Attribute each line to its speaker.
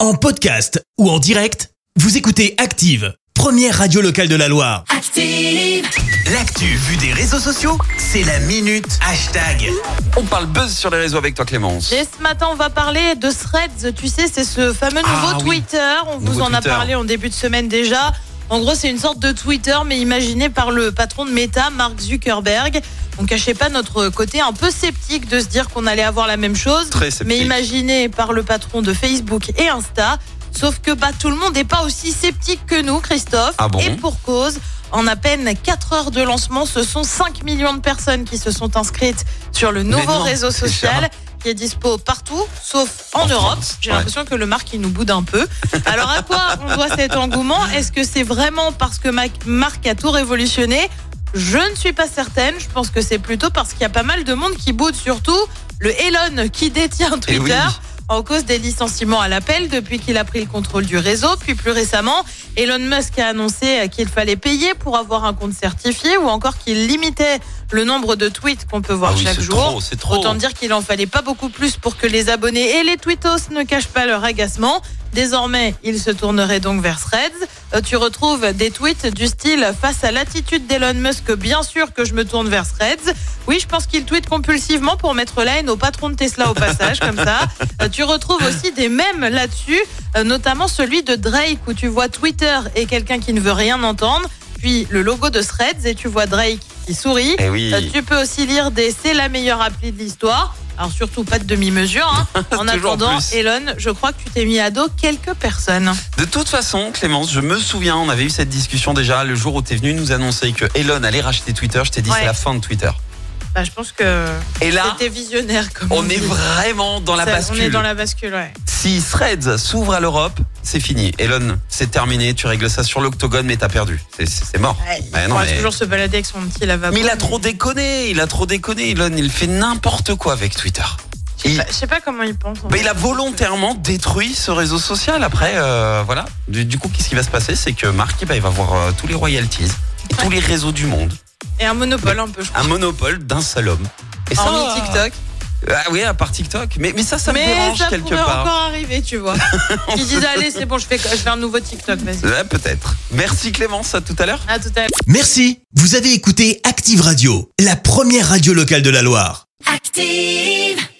Speaker 1: En podcast ou en direct, vous écoutez Active, première radio locale de la Loire.
Speaker 2: Active.
Speaker 3: L'actu vue des réseaux sociaux, c'est la minute hashtag.
Speaker 4: On parle buzz sur les réseaux avec toi Clémence.
Speaker 5: Et ce matin, on va parler de Threads. Tu sais, c'est ce fameux nouveau
Speaker 4: Ah oui.
Speaker 5: Twitter. On vous
Speaker 4: Nouveau
Speaker 5: en
Speaker 4: Twitter.
Speaker 5: a parlé en début de semaine déjà. En gros, c'est une sorte de Twitter, mais imaginé par le patron de Meta, Mark Zuckerberg. On cachait pas notre côté un peu sceptique de se dire qu'on allait avoir la même chose,
Speaker 4: Très sceptique.
Speaker 5: mais imaginé par le patron de Facebook et Insta. Sauf que bah, tout le monde n'est pas aussi sceptique que nous, Christophe.
Speaker 4: Ah bon
Speaker 5: et pour cause, en à peine 4 heures de lancement, ce sont 5 millions de personnes qui se sont inscrites sur le nouveau
Speaker 4: non,
Speaker 5: réseau
Speaker 4: c'est
Speaker 5: social qui est dispo partout, sauf en,
Speaker 4: En
Speaker 5: Europe.
Speaker 4: France,
Speaker 5: J'ai
Speaker 4: ouais.
Speaker 5: l'impression que le marque il nous boude un peu. Alors à quoi on doit cet engouement Est-ce que c'est vraiment parce que Mac- Marc a tout révolutionné Je ne suis pas certaine. Je pense que c'est plutôt parce qu'il y a pas mal de monde qui boude, surtout le Elon qui détient
Speaker 4: Eh
Speaker 5: Twitter.
Speaker 4: oui.
Speaker 5: En cause des licenciements à l'appel depuis qu'il a pris le contrôle du réseau, puis plus récemment, Elon Musk a annoncé qu'il fallait payer pour avoir un compte certifié ou encore qu'il limitait le nombre de tweets qu'on peut voir
Speaker 4: Ah oui,
Speaker 5: chaque
Speaker 4: c'est
Speaker 5: jour.
Speaker 4: trop, c'est trop.
Speaker 5: Autant dire qu'il en fallait pas beaucoup plus pour que les abonnés et les tweetos ne cachent pas leur agacement. Désormais, ils se tourneraient donc vers Threads. Euh, tu retrouves des tweets du style face à l'attitude d'Elon Musk, bien sûr que je me tourne vers Threads. Oui, je pense qu'il tweet compulsivement pour mettre la haine au patron de Tesla au passage, comme ça. Euh, tu retrouves aussi des mèmes là-dessus, euh, notamment celui de Drake où tu vois Twitter et quelqu'un qui ne veut rien entendre, puis le logo de Threads et tu vois Drake qui sourit.
Speaker 4: Eh oui.
Speaker 5: Euh, Tu peux aussi lire des C'est la meilleure appli de l'histoire. Alors surtout pas de demi-mesure. hein. En
Speaker 4: Toujours
Speaker 5: attendant,
Speaker 4: plus.
Speaker 5: Elon, je crois que tu t'es mis à dos quelques personnes.
Speaker 4: De toute façon, Clémence, je me souviens, on avait eu cette discussion déjà le jour où t'es venu nous annoncer que Elon allait racheter Twitter. Je t'ai dit
Speaker 5: Ouais.
Speaker 4: c'est la fin de Twitter.
Speaker 5: Bah, je pense que
Speaker 4: Et là,
Speaker 5: c'était visionnaire. Comme
Speaker 4: Bah, on est
Speaker 5: dit.
Speaker 4: vraiment dans la
Speaker 5: Ça,
Speaker 4: bascule.
Speaker 5: On est dans la bascule, ouais.
Speaker 4: Si Threads s'ouvre à l'Europe, c'est fini. Elon, c'est terminé. Tu règles ça sur l'octogone, mais t'as perdu. C'est- C'est c'est mort.
Speaker 5: Ouais,
Speaker 4: Mais Bah, non,
Speaker 5: on va
Speaker 4: mais-
Speaker 5: toujours se balader avec son petit lavabo.
Speaker 4: Mais il a trop déconné. Il a trop déconné. Elon, il fait n'importe quoi avec Twitter.
Speaker 5: Je sais
Speaker 4: Il-
Speaker 5: pas- je sais pas comment il pense. en
Speaker 4: Bah,
Speaker 5: fait.
Speaker 4: il a volontairement détruit ce réseau social. Après, euh, voilà. Du, du coup, qu'est-ce qui va se passer C'est que Marc, eh ben, il va voir euh, tous les royalties, et tous les réseaux du monde,
Speaker 5: Et un monopole un peu, je
Speaker 4: un
Speaker 5: crois.
Speaker 4: monopole d'un seul homme. Et
Speaker 5: Hormis TikTok.
Speaker 4: Ah oui, à part TikTok. Mais, mais ça, ça me
Speaker 5: Oh. mais
Speaker 4: dérange
Speaker 5: ça
Speaker 4: quelque
Speaker 5: pourrait
Speaker 4: part.
Speaker 5: encore arriver, tu vois. Ils disent allez, c'est bon, je fais, je fais un nouveau TikTok, vas-y.
Speaker 4: Ouais, Peut-être. Merci Clémence, à tout à l'heure.
Speaker 5: À tout à l'heure.
Speaker 1: Merci, vous avez écouté Active Radio, la première radio locale de la Loire.
Speaker 2: Active.